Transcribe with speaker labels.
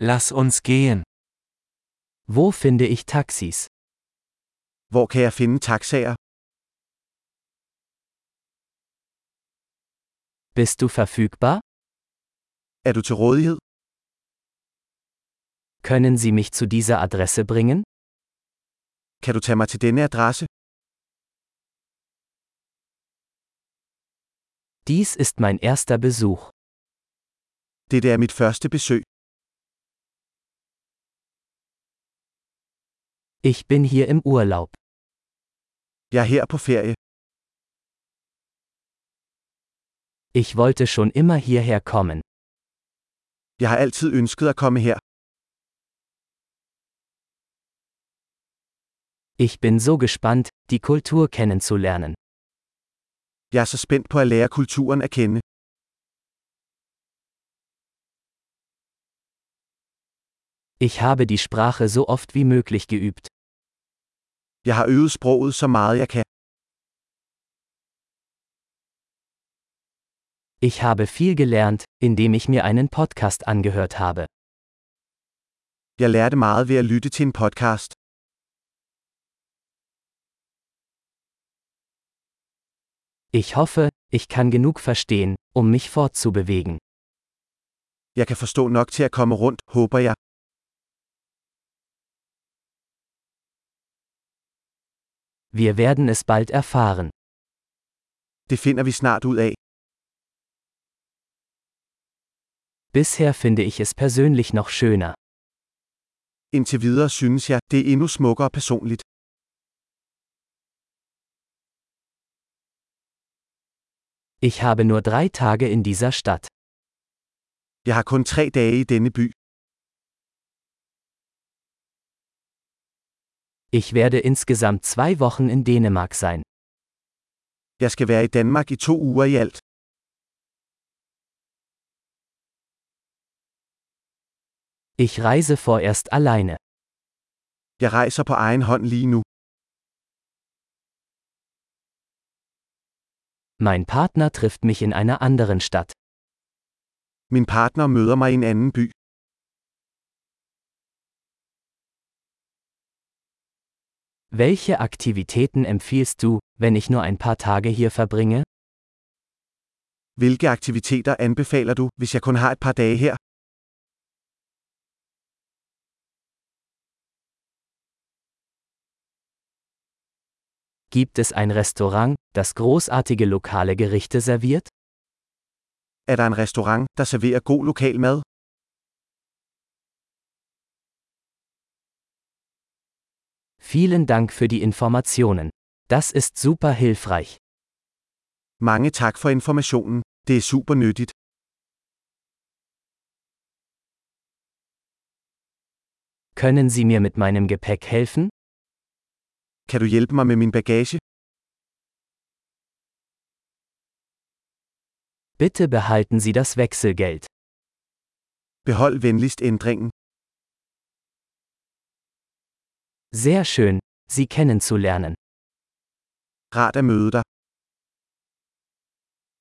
Speaker 1: Lass uns gehen. Wo finde ich Taxis?
Speaker 2: Hvor kan jeg finde taxaer?
Speaker 1: Bist du verfügbar?
Speaker 2: Er du til rådighed?
Speaker 1: Können Sie mich zu dieser Adresse bringen?
Speaker 2: Kan du tage mig til denne adresse?
Speaker 1: Dies ist mein erster Besuch.
Speaker 2: Dette er mit første besøg.
Speaker 1: Ich bin hier im Urlaub.
Speaker 2: Jeg er her på ferie.
Speaker 1: Ich wollte schon immer hierher kommen.
Speaker 2: Jeg har altid ønsket at komme her.
Speaker 1: Ich bin so gespannt, die Kultur kennenzulernen.
Speaker 2: Jeg er så spændt på at lære kulturen at kende.
Speaker 1: Ich habe die Sprache so oft wie möglich geübt.
Speaker 2: Jeg har øvet sproget så meget jeg kan.
Speaker 1: Ich habe viel gelernt, indem ich mir einen Podcast angehört habe.
Speaker 2: Jeg lærte meget ved at lytte til en podcast.
Speaker 1: Ich hoffe, ich kann genug verstehen, um mich fortzubewegen.
Speaker 2: Jeg kan forstå nok til at komme rundt, håber jeg.
Speaker 1: Wir werden es bald erfahren.
Speaker 2: Det finder vi snart ud af.
Speaker 1: Bisher finde ich es persönlich noch schöner.
Speaker 2: Indtil videre synes jeg, det er endnu smukkere personligt.
Speaker 1: Ich habe nur drei Tage in dieser Stadt.
Speaker 2: Jeg har kun tre dage i denne by.
Speaker 1: Ich werde insgesamt zwei Wochen in Dänemark sein.
Speaker 2: Jeg skal være i Danmark i to uger i alt.
Speaker 1: Ich reise vorerst alleine.
Speaker 2: Jeg rejser på egen hånd lige nu.
Speaker 1: Mein Partner trifft mich in einer anderen Stadt.
Speaker 2: Min partner møder mig i en anden by.
Speaker 1: Welche Aktivitäten empfiehlst du, wenn ich nur ein paar Tage hier verbringe?
Speaker 2: Hvilke aktiviteter anbefaler du, hvis jeg kun har et par dage her?
Speaker 1: Gibt es ein Restaurant, das großartige lokale Gerichte serviert?
Speaker 2: Er der en restaurant, der serverer god lokal mad?
Speaker 1: Vielen Dank für die Informationen. Das ist super hilfreich.
Speaker 2: Mange tak for informationen. Det er super nyttigt.
Speaker 1: Können Sie mir mit meinem Gepäck helfen?
Speaker 2: Kan du hjælpe mig med min bagage?
Speaker 1: Bitte behalten Sie das Wechselgeld.
Speaker 2: Behold venligst ændringen.
Speaker 1: Sehr schön, Sie kennenzulernen.
Speaker 2: Rart at møde dig.